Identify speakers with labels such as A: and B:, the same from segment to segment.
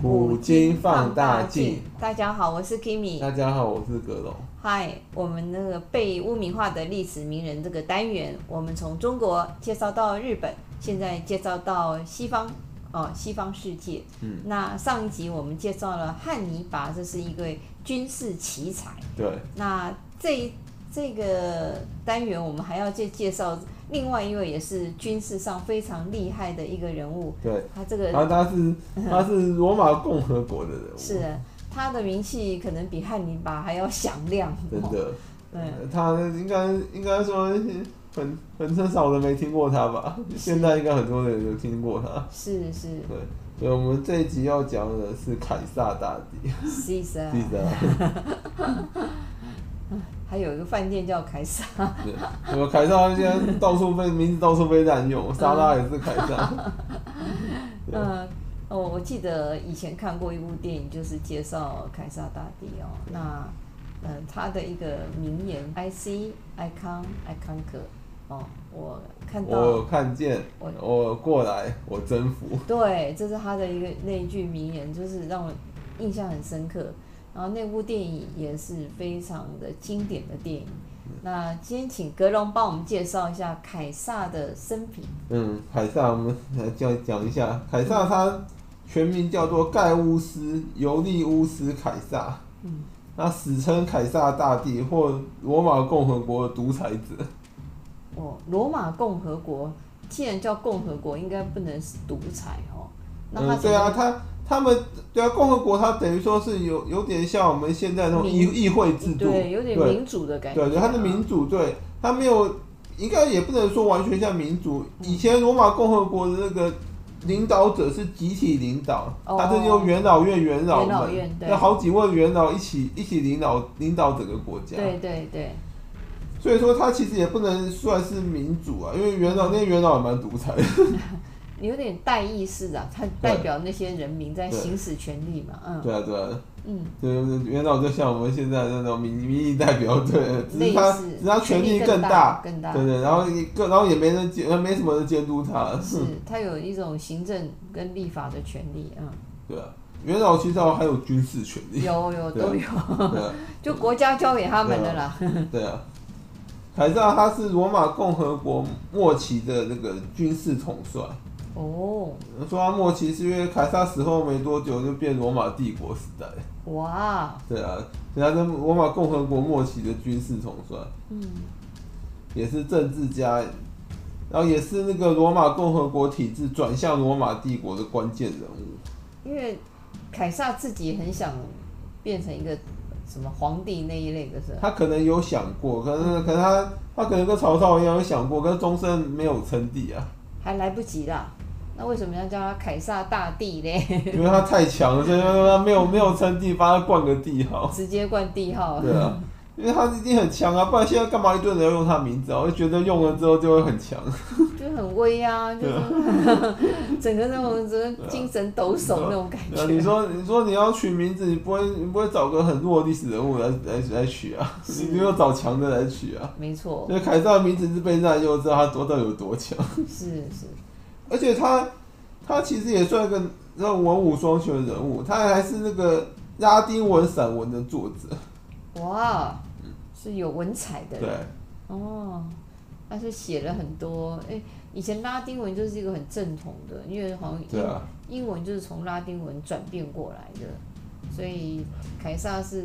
A: 古今放大镜。
B: 大家好，我是 Kimi。
A: 大家好，我是葛龙。
B: 嗨，我们那个被污名化的历史名人这个单元，我们从中国介绍到日本，现在介绍到西方，哦，西方世界。
A: 嗯，
B: 那上一集我们介绍了汉尼拔，这是一个军事奇才。
A: 对，
B: 那这一这个单元，我们还要去介绍另外一位也是军事上非常厉害的一个人物。
A: 对，
B: 他这个
A: 然后他是他是罗马共和国的人物，
B: 嗯是的他的名气可能比汉尼拔还要响亮。哦
A: 真的。
B: 对，
A: 他应该应该说很很很少人没听过他吧？现在应该很多人有听过他。
B: 是是
A: 对，所以我们这一集要讲的是凯撒大帝，
B: ，Caesar，
A: 记得啊？
B: 还有一个饭店叫凯撒。
A: 对，什么凯撒现在到处被名字到处被滥用，莎拉也是凯撒。 对
B: 嗯，哦，我记得以前看过一部电影，就是介绍凯撒大帝哦。那，呃，他的一个名言：“I see, I come, I conquer。”哦，我看
A: 我
B: 到，
A: 有看见，
B: 我
A: 我过来，我征服。
B: 对，这是他的一个那一句名言，就是让我印象很深刻。然后那部电影也是非常的经典的电影。那今天请格隆帮我们介绍一下凯撒的生平。
A: 嗯，凯撒，我们来讲讲一下，凯撒他全名叫做盖乌斯·尤利乌斯·凯撒，
B: 嗯，
A: 他史称凯撒大帝或罗马共和国的独裁者。
B: 哦，罗马共和国既然叫共和国，应该不能是独裁哦。那他
A: 嗯，
B: 怎
A: 对啊，
B: 么？
A: 他他们对啊，共和国它等于说是有有点像我们现在那种议
B: 民
A: 议会制度，
B: 对，有点
A: 对
B: 民主的感觉、啊。
A: 对对，它的民主，对它没有，应该也不能说完全像民主。
B: 嗯
A: 以前罗马共和国的那个领导者是集体领导，
B: 哦
A: 它是用元老院元老
B: 元老院
A: 们，
B: 对
A: 那好几位元老一起一起领导领导整个国家。
B: 对对对，
A: 所以说它其实也不能算是民主啊，因为元老那些元老也蛮独裁的。
B: 有点代议式啊，他代表那些人民在行使权利嘛。嗯
A: 对啊，对啊，
B: 嗯，
A: 对对对，元老就像我们现在那种民民意代表，对，只
B: 类
A: 是他
B: 似
A: 只是他权力更
B: 大，更大
A: 对。对，然后一个然后也没人监，呃没什么人监督 他。
B: 是，他有一种行政跟立法的权利， 嗯，
A: 对啊，元老其实还有军事权 利。
B: 有有
A: 对啊
B: 都有，
A: 对啊，
B: 就国家交给他们的啦。
A: 对啊。凯撒他是罗马共和国末期的那个军事统帅。
B: 哦，
A: 说他末期是因为凯撒死后没多久就变罗马帝国时代。
B: 哇，
A: 对啊，所以他是罗马共和国末期的军事统帅，
B: 嗯，
A: 也是政治家，然后也是那个罗马共和国体制转向罗马帝国的关键人物。
B: 因为凯撒自己很想变成一个什么皇帝那一类的是吧，
A: 他可能有想过，可能可能他他可能跟曹操一样有想过，可是终身没有称帝啊。
B: 还来不及啦。那为什么要叫他凯撒大 帝嘞？
A: 因为他太强了，所以他没有没有称帝，帮他冠个帝号。
B: 直接冠帝号。
A: 对啊，因为他一定很强啊，不然现在干嘛一堆人要用他名字啊？我就觉得用了之后就会很强。
B: 就很威啊，就是 整个那种整个精神抖擞那种感
A: 对啊，你
B: 觉。
A: 说你说你要取名字，你不会你不会找个很弱的历史人物来来来取啊？
B: 是哦
A: 你就要找强的来取啊。
B: 没错，
A: 所以凯撒的名字是被滥用，知道他多到底有多强。
B: 是是，
A: 而且他他其实也算一个那种文武双全的人物，他还是那个拉丁文散文的作者。
B: 哇，是有文采的。
A: 对。
B: 哦，他是写了很多，哎、以前拉丁文就是一个很正统的，因为好像英
A: 对啊，
B: 英文就是从拉丁文转变过来的，所以凯撒是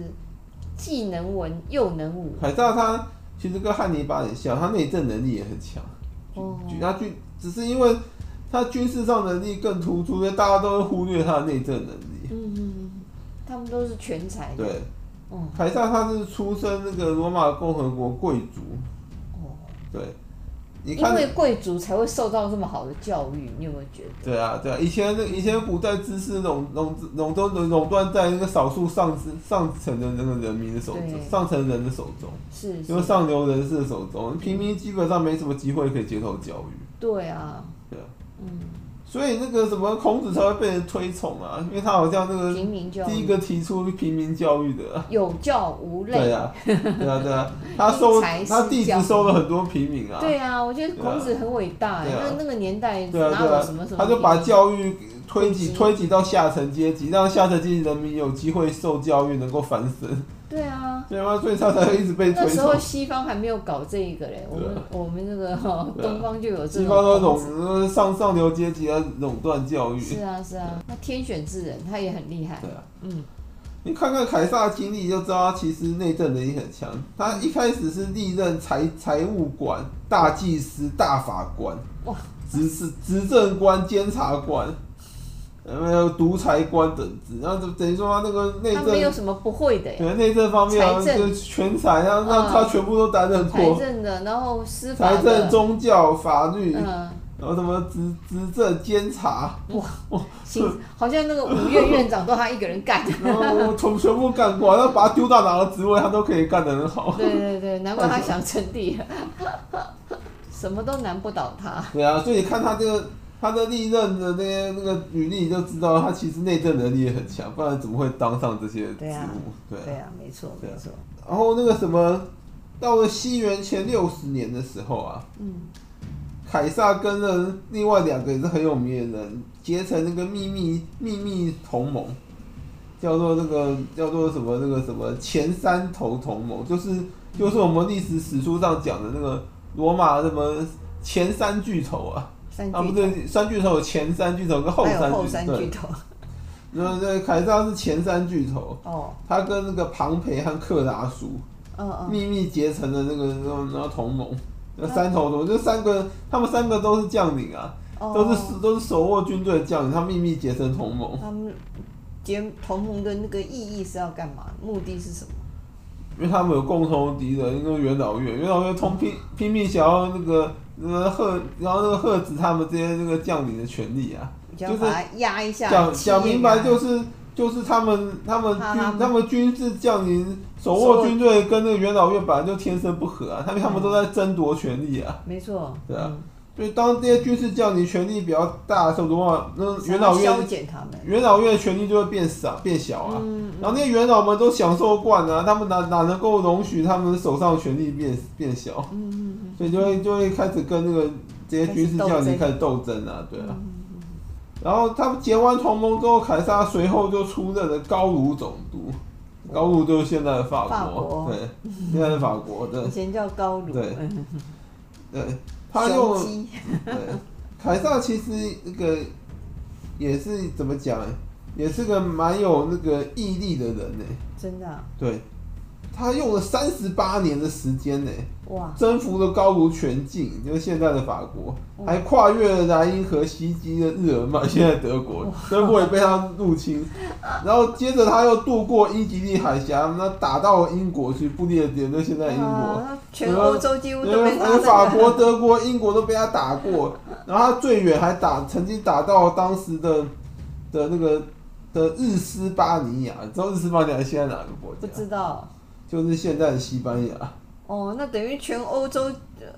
B: 既能文又能武。
A: 凯撒他其实跟汉尼拔很像，他内政能力也很强。
B: 哦，
A: 举他军只是因为他军事上能力更突出，所以大家都会忽略他的内政能力。
B: 嗯嗯，他们都是全才的。
A: 对，
B: 嗯，
A: 凯撒他是出身那个罗马共和国贵族。
B: 哦，
A: 对，你
B: 因
A: 看，
B: 为贵族才会受到这么好的教育，你有没有觉得？
A: 对啊，对啊，以前那以前古代知识垄垄垄都垄断在那个少数上层上层的那个人民的手中，
B: 对
A: 上层人的手中，
B: 是
A: 就是
B: 是，
A: 上流人士的手中，平民基本上没什么机会可以接受教育。
B: 对啊，
A: 对啊。
B: 嗯，
A: 所以那个什么孔子才会被人推崇啊，因为他好像那个
B: 平民教
A: 第一
B: 育，
A: 个提出平民教育的啊。
B: 有教无类。
A: 对啊，对啊，对啊，他收
B: 因材施教
A: 他弟子收了很多平民啊，
B: 对啊，我觉得孔子很伟大、
A: 对啊
B: 那那个年代
A: 对啊，对
B: 哪有
A: 啊
B: 什么什么平民？
A: 他就把教育推
B: 普及
A: 挤推挤到下层阶级，让下层阶级人民有机会受教育，能够反省。
B: 对啊，
A: 对吗？所以他才会一直被
B: 那
A: 推
B: 时候
A: 崇。
B: 西方还没有搞这一个嘞，我们我们那个、 哦
A: 对啊
B: 东方就有这
A: 西方那
B: 种
A: 种
B: 风气。
A: 呃上上流阶级的垄断教育，
B: 是啊是啊，那天选之人他也很厉害
A: 对，啊。
B: 嗯，
A: 你看看凯撒的经历就知道，他其实内政能力很强。他一开始是历任财财务官、大祭司、大法官，
B: 哇，
A: 执事执政官、监察官，有没有独裁官等职？然后就等于说他那个内
B: 他没有
A: 政，
B: 什么不会的
A: 可
B: 耶，
A: 能内政方面啊，
B: 财政
A: 就是全才啊，让
B: 嗯
A: 让他全部都担任
B: 财
A: 过。
B: 政的，然后司法
A: 财政、
B: 的，
A: 宗教、法律，
B: 嗯，
A: 然后什么执执政、监察，
B: 行，好像那个五院院长都他一个人 干。
A: 然后从全部干过，然后把他丢到哪个职位，他都可以干得很好。
B: 对对对，难怪他想称 帝，什么都难不倒他。
A: 对啊，所以你看他这个他的历任的那些那个履历，你就知道他其实内政能力也很强，不然怎么会当上这些职务？
B: 对啊
A: 对啊
B: 对啊，没错没
A: 对啊
B: 错，
A: 然后那个什么，到了西元前六十年的时候啊，
B: 嗯，
A: 凯撒跟了另外两个也是很有名的人，结成那个秘密秘密同盟，叫做那个叫做什么那个什么前三头同盟，就是就是我们历史史书上讲的那个罗马什么前三巨头啊。
B: 三
A: 啊，不
B: 巨头，
A: 对，三巨头有前三巨头跟后
B: 还有
A: 三
B: 后
A: 巨
B: 三
A: 头。
B: 巨
A: 对，
B: 头。
A: 那那凯撒是前三巨头，
B: 哦，
A: 他跟那个庞培和克拉苏
B: 嗯嗯，
A: 秘密结成的那个那种然后同盟，那三头同盟就三个，他们三个都是将领啊，
B: 哦，
A: 都是都是手握军队的将领，他秘密结成同盟，
B: 他们结同盟的那个意义是要干嘛？目的是什么？
A: 因为他们有共同的敌人，那个元老院，元老院通拼
B: 嗯
A: 拼命想要那个那个赫，然后那个赫子他们这些那个将领的权利啊。
B: 就要把它压一下，
A: 讲
B: 气焰
A: 讲明白
B: 啊
A: 就是就是他们他们
B: 怕
A: 军
B: 他们
A: 他们军事将领手
B: 手
A: 握
B: 握
A: 军队跟那个元老院本来就天生不和啊，他们他们都
B: 嗯
A: 在争夺权力啊。
B: 没错，
A: 对啊
B: 嗯，
A: 所以当这些军事将领权力比较大的时候，的话，那
B: 想
A: 元
B: 要
A: 老
B: 消
A: 院
B: 减他们，
A: 元老院的权力就会变少变小啊。
B: 嗯，
A: 然后那些元老们都享受惯了、啊，他们哪哪能够容许他们手上的权力变变小？
B: 嗯嗯嗯，
A: 所以就会就会开始跟那个这些军事将领开始斗争啊，对啊。
B: 嗯
A: 然后他们结完同盟之后，凯撒随后就出任了高卢总督，高卢就是现在的法
B: 法
A: 国，
B: 国
A: 对，现在的法国，对
B: 以前叫高卢，
A: 对
B: 嗯，
A: 对。他用
B: 雄鸡
A: 对凯撒其实那个也是怎么讲，也是个蛮有那个毅力的人呢。
B: 真的啊
A: 对，他用了三十八年的时间呢，
B: 哇，
A: 征服了高卢全境，就是现在的法国，
B: 哦
A: 还跨越了莱茵河袭击了日耳曼，现在德国，
B: 哦
A: 德国也被他入 侵，然后接着他又渡过英吉利海峡，那打到英国去，不列颠，就现在英国。
B: 啊，全欧洲几乎都被他
A: 因为
B: 那
A: 啊法
B: 个
A: 国、德国、英国都被他打过，然后他最远还打，曾经打到当时的的那个的日斯巴尼亚，你知道日斯巴尼亚现在哪个国
B: 不
A: 家？
B: 知道
A: 就是现在的西班牙。
B: 哦，那等于全欧洲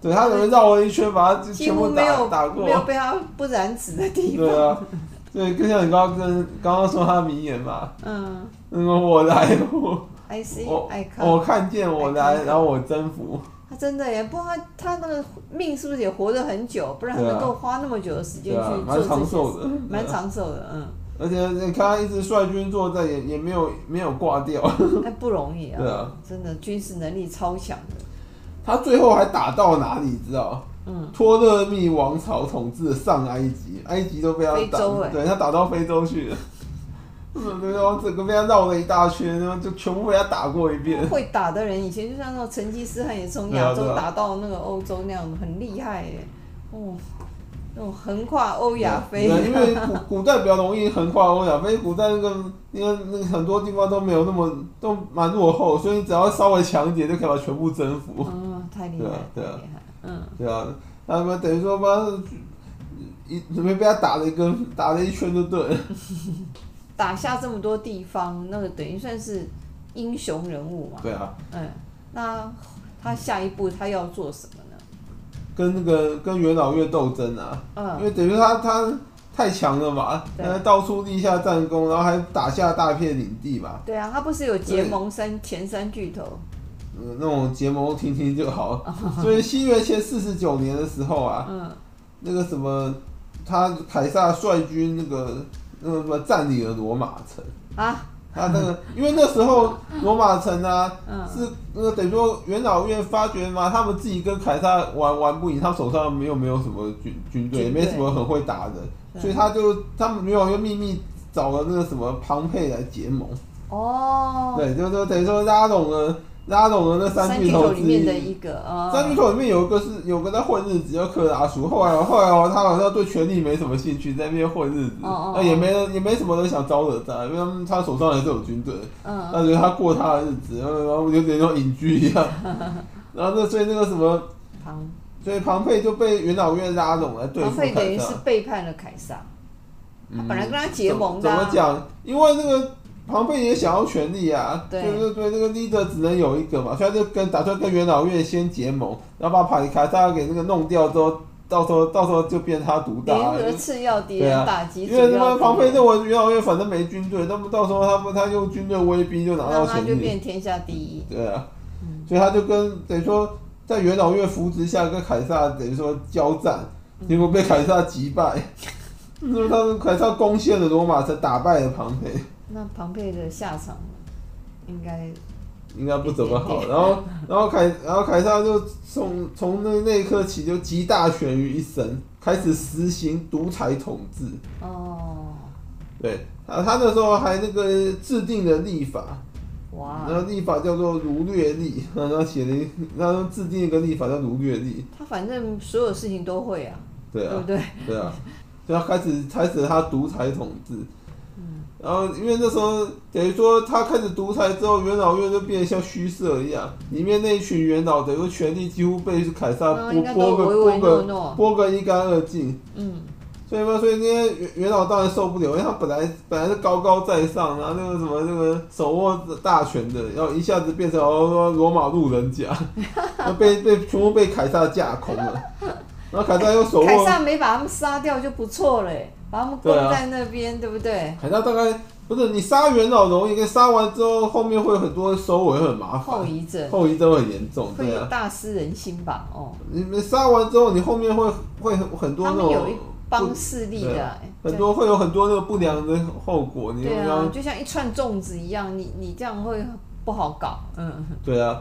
A: 对他可能绕了一圈，把它就
B: 几
A: 全
B: 乎
A: 部
B: 没
A: 打
B: 有
A: 打
B: 没有
A: 过。
B: 被他不染指的地方，
A: 对啊，对，就像你刚刚跟刚刚说他名言嘛，
B: 嗯
A: 嗯，我来，我
B: ，I see
A: 我
B: I come，
A: 我看见我
B: 爱
A: 来，
B: 看
A: 然后我征服。
B: 他真的耶，不然他他那个命是不是也活得很久？不然他
A: 对啊
B: 能够花那么久的时间
A: 对啊
B: 去
A: 蛮
B: 做这
A: 长
B: 些
A: 寿
B: 事
A: 的
B: 蛮
A: 对啊
B: 长寿的， 嗯，
A: 而且你看他一直率军作战，也也没有没有挂掉。
B: 那不容易
A: 对
B: 啊
A: 啊，
B: 真的军事能力超强的，
A: 他最后还打到哪里，你知道？
B: 嗯，
A: 托勒密王朝统治的上埃及，埃及都被他
B: 非
A: 打，
B: 洲欸
A: 对他打到非洲去了。 对，然后整个被他绕了一大圈，然后就全部被他打过一遍。
B: 会打的人以前就像那种成吉思汗也从
A: 对啊
B: 亚洲
A: 对啊
B: 打到那个欧洲那样，很厉害耶，哦，那种横跨欧亚非，啊
A: 对，因为古古代比较容易横跨欧亚非，古代那个因为那个很多地方都没有那么都蛮落后，所以你只要稍微强一点就可以把全部征服，
B: 嗯，太厉害了，太
A: 对
B: 厉
A: 啊
B: 害，嗯，
A: 对啊，他们等于说把一准备被他打了一根打了一圈就对了，
B: 打下这么多地方，那个等于算是英雄人物嘛，
A: 对啊，
B: 嗯，那他下一步他要做什么呢？
A: 跟那个跟元老院斗争啊，因
B: 嗯，
A: 为等于说他他太强了嘛，
B: 对
A: 他到处立下战功，然后还打下大片领地嘛，
B: 对啊，他不是有结盟三前三巨头，
A: 嗯，那种结盟听听就好， 所以西元前四十九年的时候啊。
B: 嗯
A: 那个什么，他凯撒率军那个那个什么占领了罗马城。
B: 啊，
A: 他那 个，因为那时候罗马城啊，
B: 嗯
A: 是那个等于说元老院发觉嘛，他们自己跟凯撒玩玩不赢，他手上没有没有什么军军队，也
B: 军
A: 没
B: 队
A: 什么很会打
B: 对
A: 的，所以他就他们元老院秘密找了那个什么庞培来结盟，
B: 哦，
A: 对，就是说等于说拉拢了拉拢了那三巨
B: 巨
A: 头
B: 头
A: 之
B: 里面的
A: 一。
B: 一个啊，
A: 三巨头里面有一个是有个在混日子叫克拉苏，后来后来哦他好像对权力没什么兴趣，在那边混日子，
B: 哦哦哦
A: 那也没人也没什么人想招惹他，因为他们他手上也是有军队，
B: 嗯，
A: 他觉得他过他的日子，然后然后有点像隐居一 样。然后那所以那个什么，
B: 庞
A: 所以庞培就被元老院拉拢来对
B: 庞
A: 付
B: 费等
A: 凯
B: 于是
A: 撒。
B: 背叛了凯撒，他
A: 嗯
B: 本来跟他结盟的
A: 怎
B: 啊，
A: 么讲？因为那个庞培也想要权力啊，
B: 对
A: 就是对那个 leader 只能有一个嘛，所以他就跟打算跟元老院先结盟，然后把凯凯撒给那个弄掉之后，到时候到时候就变他独大。
B: 联合次要敌
A: 对
B: 人
A: 啊
B: 打击主
A: 因为他妈
B: 要
A: 庞培
B: 敌人，
A: 认为元老院反正没军队，那么到时候他不他用军队威逼就拿
B: 那
A: 到
B: 他
A: 权
B: 就
A: 力。
B: 变天下第一，
A: 对啊，所以他就跟等于说在元老院扶持下跟凯撒等于说交战，结果被凯撒击 败。那么他们凯撒攻陷了罗马城，打败了庞培，
B: 那庞培的下场应该
A: 应该不怎么好。然后，然后凯，然后凯撒就从从那那一刻起就集大权于一身，开始实行独裁统治。
B: 哦，
A: 对，啊，他那时候还那个制定了立法，
B: 哇啊
A: 然，后立法叫做儒略历， 然后写了一，然后制定一个立法叫儒略历。
B: 他反正所有事情都会啊，
A: 对啊，
B: 不对？
A: 对啊，所以他开始开始他独裁统治。
B: 嗯
A: 然后，因为那时候等于说他开始独裁之后，元老院就变得像虚设一样，里面那一群元老等于说权力几乎被凯撒
B: 那哦应
A: 剥
B: 该
A: 剥
B: 都
A: 个
B: 唯
A: 剥
B: 唯诺
A: 个
B: 诺，
A: 剥个一干二净。
B: 嗯，
A: 所以嘛，所以那些元元老当然受不了，因为他本来本来是高高在上，然后那个什么那个手握大权的，然后一下子变成哦罗马路人甲， 被被全部被凯撒架空了。然后凯撒又手握
B: 凯撒没把他们杀掉就不错了，把他们关
A: 对啊
B: 在那边，对不对？
A: 凯撒大概不是你杀元老容易，跟杀完之后后面会有很多收尾，会很麻
B: 后
A: 烦，
B: 遗症
A: 后遗症会很严重，
B: 会
A: 对
B: 有
A: 啊。
B: 大失人心吧？哦，
A: 你们杀完之后，你后面会会很很多
B: 他
A: 那
B: 们
A: 种
B: 有一帮势力
A: 对
B: 的
A: 啊
B: 啊，
A: 很多会有很多那个不良的后果，你
B: 对
A: 要不
B: 啊
A: 要，？
B: 就像一串粽子一样，你你这样会不好搞，嗯，
A: 对啊，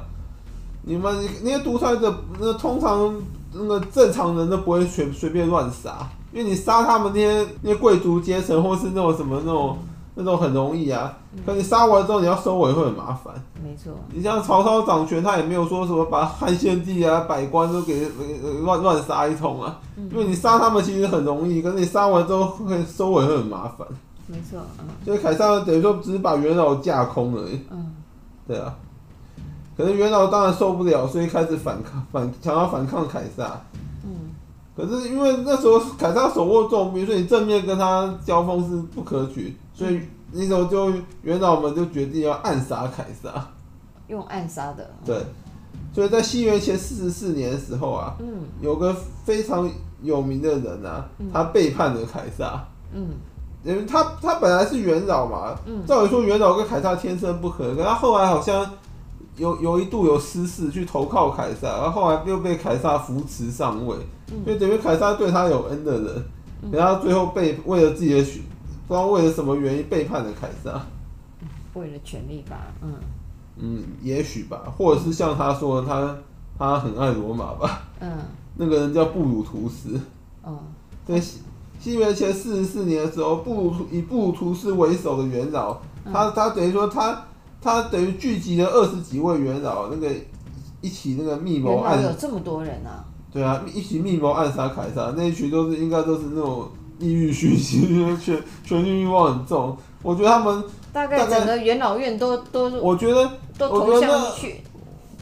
A: 你们那些独裁者，那通常那个正常人都不会随随便乱杀，因为你杀他们那些那些贵族阶层或是那种什么那种那种很容易啊，
B: 嗯
A: 可你杀完之后你要收尾会很麻烦。
B: 没错，
A: 你像曹操掌权，他也没有说什么把汉献帝啊、百官都给呃乱乱杀一通啊，因为你杀他们其实很容易，可是你杀完之后会收尾会很麻烦。
B: 没错，嗯
A: 所以凯撒等于说只是把元老架空而已，
B: 嗯，
A: 对啊。可是元老当然受不了，所以开始反抗，反想要反抗凯撒。
B: 嗯。
A: 可是因为那时候凯撒手握重兵，所以你正面跟他交锋是不可取，所以那时候就元老们就决定要暗杀凯撒。
B: 用暗杀的，
A: 对，所以在西元前四十四年的时候啊，
B: 嗯
A: 有个非常有名的人啊，他背叛了凯撒，
B: 嗯
A: 因为他他本来是元老嘛，
B: 嗯
A: 照理说元老跟凯撒天生不可，可他后来好像有有一度有失势去投靠凯撒，然后后来又被凯撒扶持上位，
B: 嗯
A: 因为等于凯撒对他有恩的人，可他最后被为了自己的血不知道为了什么原因背叛了凯撒。
B: 为了权力吧，嗯
A: 嗯，也许吧，或者是像他说的，他他很爱罗马吧。
B: 嗯
A: 那个人叫布鲁图斯，
B: 哦
A: 在西西元前四十四年的时候，布鲁图以布鲁图斯为首的元老，他他等于说他他等于聚集了二十几位元老，那个一起那个密谋
B: 原来有
A: 暗，
B: 这么多人啊，
A: 对啊，一起密谋暗杀凯撒，那一群都是应该都是那种抑郁熏心，权权力欲望很重。我觉得他们，大
B: 大概
A: 概
B: 整个元老院都都
A: 我觉得
B: 都
A: 我
B: 投
A: 觉得
B: 向去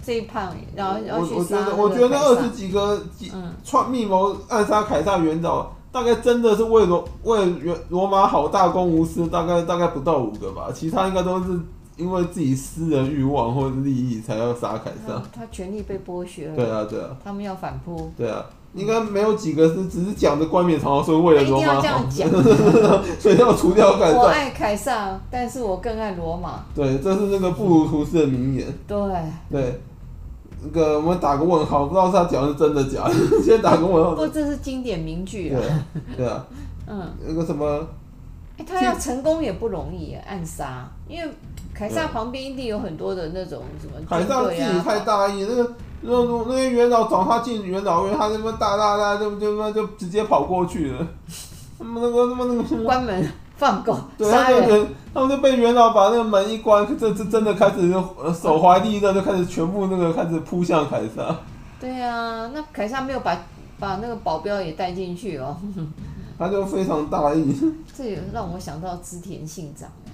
B: 这一派，然后要
A: 我
B: 去
A: 我觉
B: 杀
A: 得
B: 那
A: 我觉得
B: 个
A: 那
B: 凯
A: 二十
B: 撒，
A: 几个几
B: 嗯
A: 创密谋暗杀凯撒元老，大概真的是为罗为罗罗马好大公无私，大概大概不到五个吧，其他应该都是因为自己私人欲望或者利益才要杀凯撒
B: 他。嗯他权力被剥削
A: 对
B: 了，
A: 啊，对啊，
B: 他们要反扑，
A: 对啊，应该没有几个是只是讲着冠冕堂皇说为
B: 他
A: 了
B: 一定
A: 罗
B: 要
A: 马
B: 这
A: 好
B: 样，讲，
A: 所以要除掉 凯
B: 我
A: 撒。
B: 爱凯撒，但是我更爱罗马，
A: 对，这是那个布鲁图斯的名言。
B: 对，
A: 对，那个我们打个问号，不知道是他讲的是真的假的，先打个问
B: 不
A: 号
B: 过。这是经典名句啊，
A: 对对啊。
B: 嗯
A: 那个什么，
B: 哎，他要成功也不容易，暗杀，因为凯撒旁边一定有很多的那种什么
A: 海
B: 军
A: 上自
B: 队
A: 己
B: 啊，
A: 太大意，那个那那那些元老找他进元老院，他那么大大大，就就就就直接跑过去了。 他们那个他们那个，
B: 嗯关 门放狗
A: 对，他
B: 杀
A: 们
B: 人，
A: 就他们就被元老把那个门一关，这这真的开始呃手怀利刃，就开始全部那个开始扑向凯撒。
B: 对啊，那凯撒没有把把那个保镖也带进去哦，
A: 他就非常大 意，
B: 这也让我想到织田信长哎，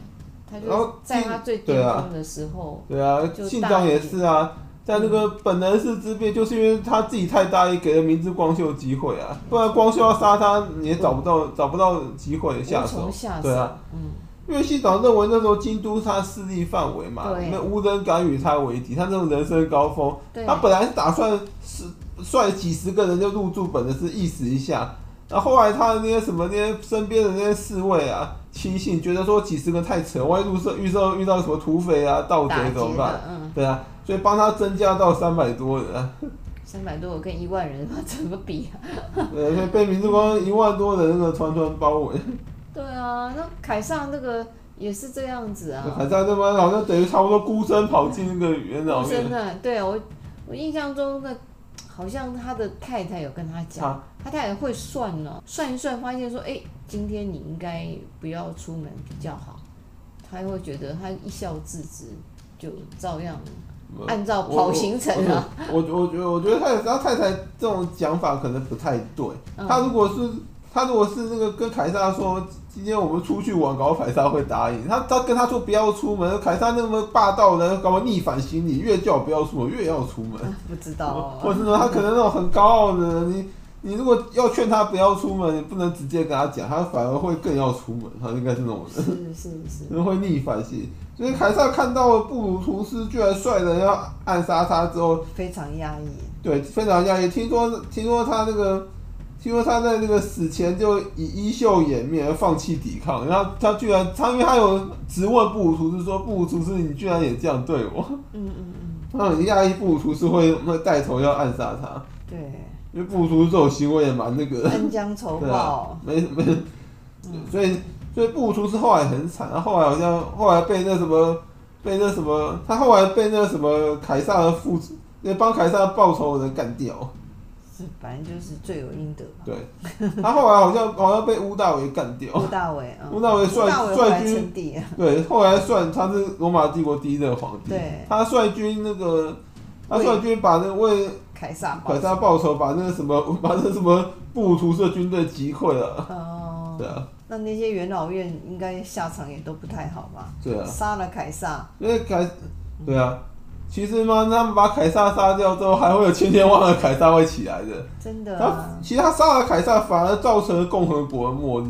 B: 他
A: 然
B: 就
A: 后
B: 在
A: 信
B: 他最
A: 对
B: 巅
A: 啊
B: 峰的时候，
A: 对啊
B: 就，
A: 信
B: 大
A: 长也
B: 意
A: 是啊，在那个本能寺之变，就是因为他自己太大意，给了明智光秀机会啊，不然光秀要杀他也找不到找不到机会下
B: 无
A: 手
B: 从，下手
A: 对啊。，
B: 嗯，
A: 因为信长认为那时候京都是他势力范围嘛，
B: 对
A: 那无人敢与他为敌。他这种人生高峰，
B: 对，
A: 他本来是打算是率几十个人就入驻本的是意思一下，然后后来他的那些什么那些身边的那些侍卫啊，亲信觉得说几十个太扯，万一入社遇到遇到什么土匪啊、盗贼
B: 打劫
A: 怎么办？
B: 的，嗯，
A: 对啊，所以帮他增加到三百多人、 啊，
B: 三百多跟一万人 怎么比啊？
A: 对，所以被明治光一万多人那个团团包围。
B: 对啊，那凯撒那个也是这样子啊，
A: 海上这边好像等于差不多孤身跑进那个元老院
B: 真。的，对啊我我印象中那好像他的太太有跟他讲，
A: 啊
B: 他太太会算哦，算一算发现说，哎，今天你应该不要出门比较好，他会觉得他一笑置之，就照样按照跑行程啊，
A: 呃我我我觉得，我觉得太他太太这种讲法可能不太对。
B: 嗯
A: 他如果是他如果是那个跟凯撒说今天我们出去玩，搞不好凯撒会答应。他他跟他说不要出门，凯撒那么霸道的，搞不好逆反心理，越叫我不要出门，越要出门。
B: 啊不知道
A: 或
B: 哦，
A: 者说他可能那种很高傲的人，你你如果要劝他不要出门，你不能直接跟他讲，他反而会更要出门。他应该是那种人。
B: 是是是，
A: 人会逆反心。所以凯撒看到了布鲁图斯居然率人要暗杀他之后，
B: 非常压抑。
A: 对，非常压抑。听说听说他那个，听说他在那个死前就以衣袖掩面而放弃抵抗，然后他居然他因为他有质问布鲁图斯说：“布鲁图斯，你居然也这样对我
B: 嗯嗯嗯，？”
A: 他很压抑布鲁图斯会会带头要暗杀他，
B: 对，
A: 因为布鲁图斯这种行为也蛮那个的。
B: 恩将仇
A: 对啊
B: 报，，
A: 没没，
B: 嗯
A: 所以所以布鲁斯后来很惨，他后来好像后来被那什么被那什么，他后来被那什么凯撒的复仇，那帮凯撒报仇的人干掉，
B: 是反正就是罪有应得吧。
A: 对，他后来好像好像被乌大维干掉，
B: 顾大伟啊，嗯
A: 顾大伟率
B: 顾大伟后来称帝啊，
A: 对，后来算他是罗马帝国第一任皇帝，
B: 对
A: 他率军那个。他
B: 为
A: 率军把那为
B: 凯撒报
A: 凯撒报仇，把那个什么， 把那什么布鲁图斯的军队击溃了。
B: 哦
A: 对，啊，
B: 那那些元老院应该下场也都不太好吧？
A: 对啊。
B: 杀了凯撒，
A: 因为凯，对啊，其实嘛，他们把凯撒杀掉之后，还会有千千万万的凯撒会起来的。
B: 真的
A: 他
B: 啊，
A: 其实他杀了凯撒，反而造成了共和国的末日。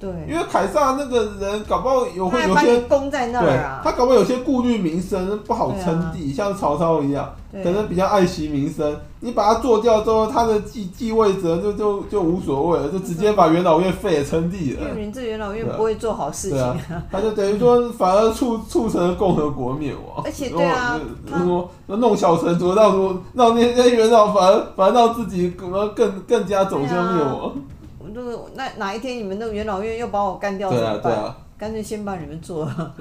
A: 因
B: 对，
A: 为凯撒那个人，搞不好有
B: 他
A: 会
B: 还
A: 有
B: 把
A: 些，
B: 你供在那
A: 对
B: 儿啊，
A: 他搞不好有些顾虑民生，不好
B: 对啊
A: 称帝，像曹操一样，
B: 对
A: 可能比较爱惜民生。你把他做掉之后，他的继继位者就就就无所谓了，就直接把元老院废了，称帝
B: 因
A: 了。
B: 为你这元老院
A: 对啊
B: 不会做好事
A: 对啊
B: 情，，
A: 他就等于说反而促促成了共和国灭亡。哦
B: 而且对啊
A: 然后就弄小臣族，让让那些元老反而反而让自己更更更加走向灭亡。
B: 我如果那哪一天你们那个元老院又把我干掉怎
A: 对啊
B: 么
A: 对
B: 办？
A: 啊，
B: 干脆先把你们做 了，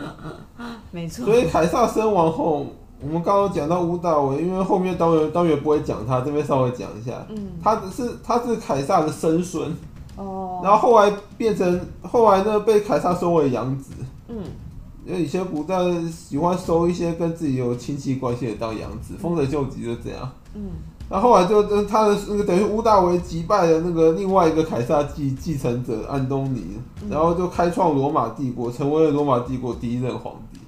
B: 没错，
A: 所以凯撒身亡后，我们刚刚讲到乌大维，因为后面当然当然不会讲他，这边稍微讲一下。
B: 嗯，
A: 他只是他是凯撒的曾孙，
B: 哦，
A: 然后后来变成后来呢被凯撒收为养子。
B: 嗯，
A: 因为以前古代喜欢收一些跟自己有亲戚关系的当养子，丰臣秀吉就这样。
B: 嗯，
A: 然后后来就跟他的那个等于乌大维击败了那个另外一个凯撒继继承者安东尼，然后就开创罗马帝国，成为了罗马帝国第一任皇帝。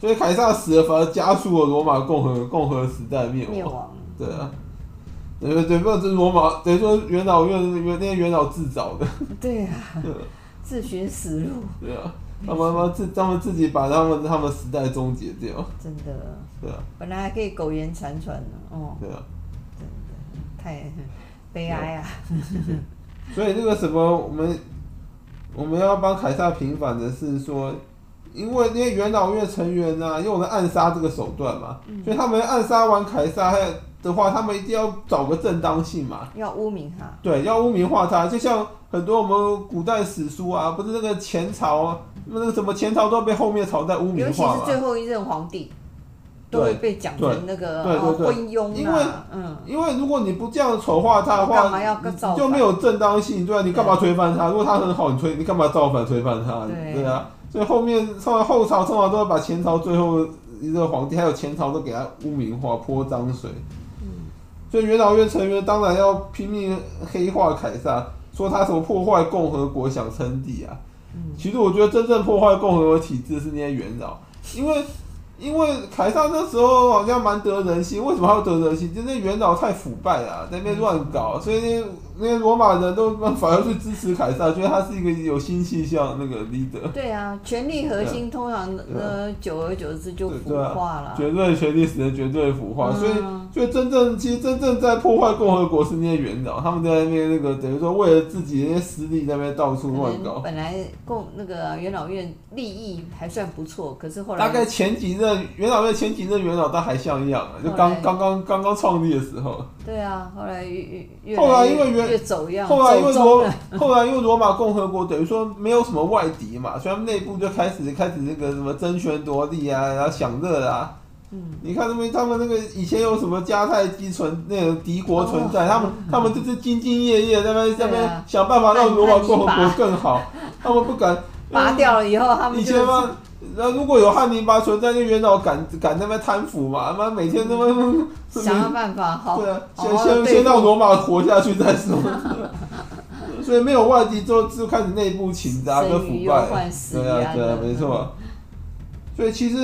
A: 所以凯撒死了，反而加速了罗马共和共和时代灭
B: 灭
A: 亡。
B: 亡，
A: 对啊，等于等于说这罗马等于说元老院元那些元老自找的，
B: 对啊，自寻死路，
A: 对啊，他们他们自他们自己把他们他们时代终结掉，
B: 真的。
A: 对啊
B: 本来还可以苟延残喘呢，哦，
A: 对啊。
B: 真的太 悲哀啊！
A: 所以那个什么，我们我们要帮凯撒平反的是说，因为啊那些元老院成员呐、用了暗杀这个手段嘛，所以他们暗杀完凯撒，还的话，他们一定要找个正当性嘛。
B: 要污名他，
A: 对，要污名化他，就像很多我们古代史书啊，不是那个前朝啊，那个什么前朝都被后面朝代污
B: 尤
A: 名
B: 其
A: 化
B: 是最
A: 嘛。
B: 后一任皇帝，都会被讲成那个
A: 对对
B: 哦
A: 对
B: 昏庸
A: 因为
B: 啊，嗯，
A: 因为如果你不这样丑化他的
B: 干嘛
A: 话，
B: 要跟造
A: 你就没有正当性，对啊，你干嘛推翻他？如果他很好，你推你干嘛造反推翻他？
B: 对
A: 对啊，所以后面通常后朝通常都会把前朝最后一个皇帝还有前朝都给他污名化、泼脏水。
B: 嗯
A: 所以元老院成员当然要拼命黑化凯撒，说他什么破坏共和国想称帝啊。其实我觉得真正破坏共和国体制是那些元老，因为因为凯撒那时候好像蛮得人心，为什么他要得人心？就是那元老太腐败了、在那边乱搞，所以那那些罗马人都反而去支持凯撒，觉得他是一个有新气象的那个 leader，
B: 对啊，权力核心通常
A: 对啊
B: 呃久而久之就
A: 对
B: 腐
A: 对啊
B: 化了，
A: 绝对权力使人绝对腐化，所以
B: 嗯
A: 所以真正其实真正在破坏共和国是那些元老，他们在那边那个等于说为了自己那些私利在那边到处
B: 可
A: 乱
B: 能
A: 搞。
B: 本来共那个元老院利益还算不错，可是后来
A: 大概前几任元老院前几任元老他还像样啊，就
B: 后
A: 刚
B: 来
A: 刚刚刚刚创立的时候，
B: 对啊，后来越越
A: 后来
B: 越
A: 因为元
B: 越走样，
A: 后来因为
B: 走中
A: 罗
B: 了
A: 后来因为罗马共和国等于说没有什么外敌嘛，所以他们内部就开始开始那个什么争权夺利啊，然后享乐啊。
B: 嗯，
A: 你看他们他们那个以前有什么迦太基存那个敌国存在，他们他们就是兢兢业业在那边在那
B: 哦对
A: 边
B: 啊
A: 想办法让罗马共和
B: 汉
A: 国
B: 尼拔
A: 更好，他们不敢
B: 拔掉了以后，他们
A: 以
B: 就
A: 前嘛，那如果有汉尼拔存在，那元老敢敢那边贪腐嘛？妈每天他妈
B: 是嗯想要办法好
A: 对啊，
B: 好
A: 先
B: 好地
A: 先
B: 对
A: 先
B: 付
A: 让罗马活下去再 说。所以没有外敌之后，就开始内部情杂跟
B: 生
A: 腐
B: 于忧
A: 败。
B: 患死于
A: 对啊，
B: 安
A: 对
B: 乐
A: 啊，没错。所以其实，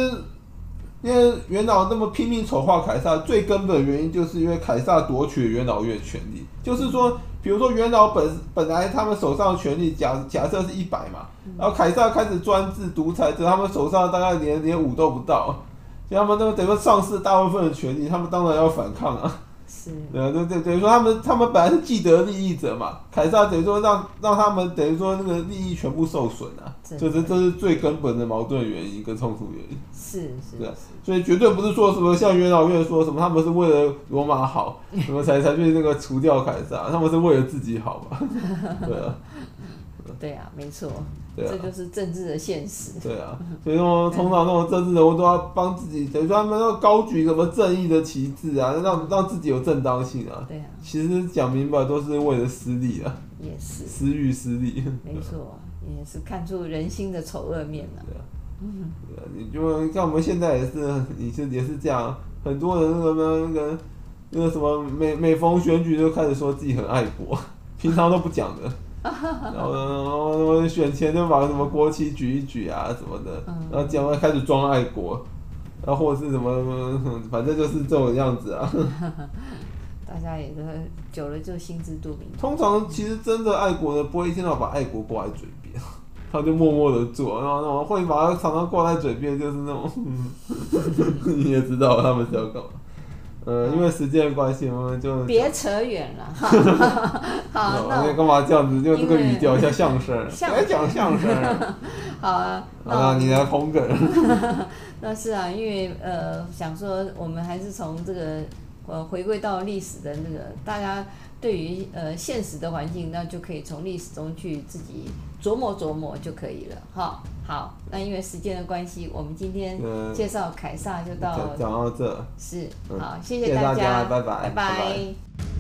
A: 因为元老那么拼命丑化凯撒，最根本的原因就是因为凯撒夺取了元老院权力。就是说，比如说元老本本来他们手上的权力假假设是一百嘛，
B: 嗯
A: 然后凯撒开始专制独裁之后，他们手上大概连连五都不到，所以他们那个等于说丧失大部分的权力，他们当然要反抗啊。
B: 是
A: 对对对，等于说他们他们本来是既得利益者嘛，凯撒等于说让让他们等于说那个利益全部受损啊，
B: 真
A: 这
B: 的
A: 是这是最根本的矛盾原因跟冲突原因，
B: 是是
A: 对啊
B: 是，
A: 所以绝对不是说什么像元老院说什么他们是为了罗马好，什么 才才去那个除掉凯撒，他们是为了自己好吧？对啊，
B: 对啊，没错，
A: 对啊
B: 这。就是政治的现实。
A: 对啊，所以说通常那种政治人物都要啊帮自己，等于说他们要高举什么正义的旗帜啊，让让自己有正当性啊。
B: 对啊，
A: 其实讲明白都是为了私利啊。
B: 也是
A: 私欲私利，
B: 没错，也是看出人心的丑恶面了、
A: 对啊 你就像我们现在也是，你是也是这样，很多人那个那个那个什么，每每逢选举就开始说自己很爱国， 平常都不讲的，然后呢，然后呢选前就把什么国旗举一举啊什么的
B: 嗯，
A: 然后讲完开始装爱国，然后或者是什么，反正就是这种样子啊。
B: 大家也都久了就心知肚明。
A: 通常其实真的爱国的不会一天到晚把爱国挂在嘴边， 他就默默的做，然后那种会把它常常挂在嘴边，就是那种， 你也知道他们是要干嘛。呃，因为时间的关系，我们就
B: 嗯别扯远了，哈 好，那
A: 那
B: 我
A: 干嘛这样子？用这个
B: 因为
A: 语调像相声，
B: 相
A: 别讲相 声
B: 好啊，那我
A: 啊！
B: 们
A: 你来捧梗，
B: 那是啊，因为呃，想说我们还是从这个呃回归到历史的那个，大家对于呃现实的环境，那就可以从历史中去自己琢磨琢磨就可以了哈。好，那因为时间的关系，我们今天
A: 嗯，
B: 介绍凯撒就到
A: 讲讲到这。
B: 是
A: 嗯
B: 好，谢
A: 谢谢
B: 大
A: 家拜拜
B: 拜
A: 拜拜
B: 拜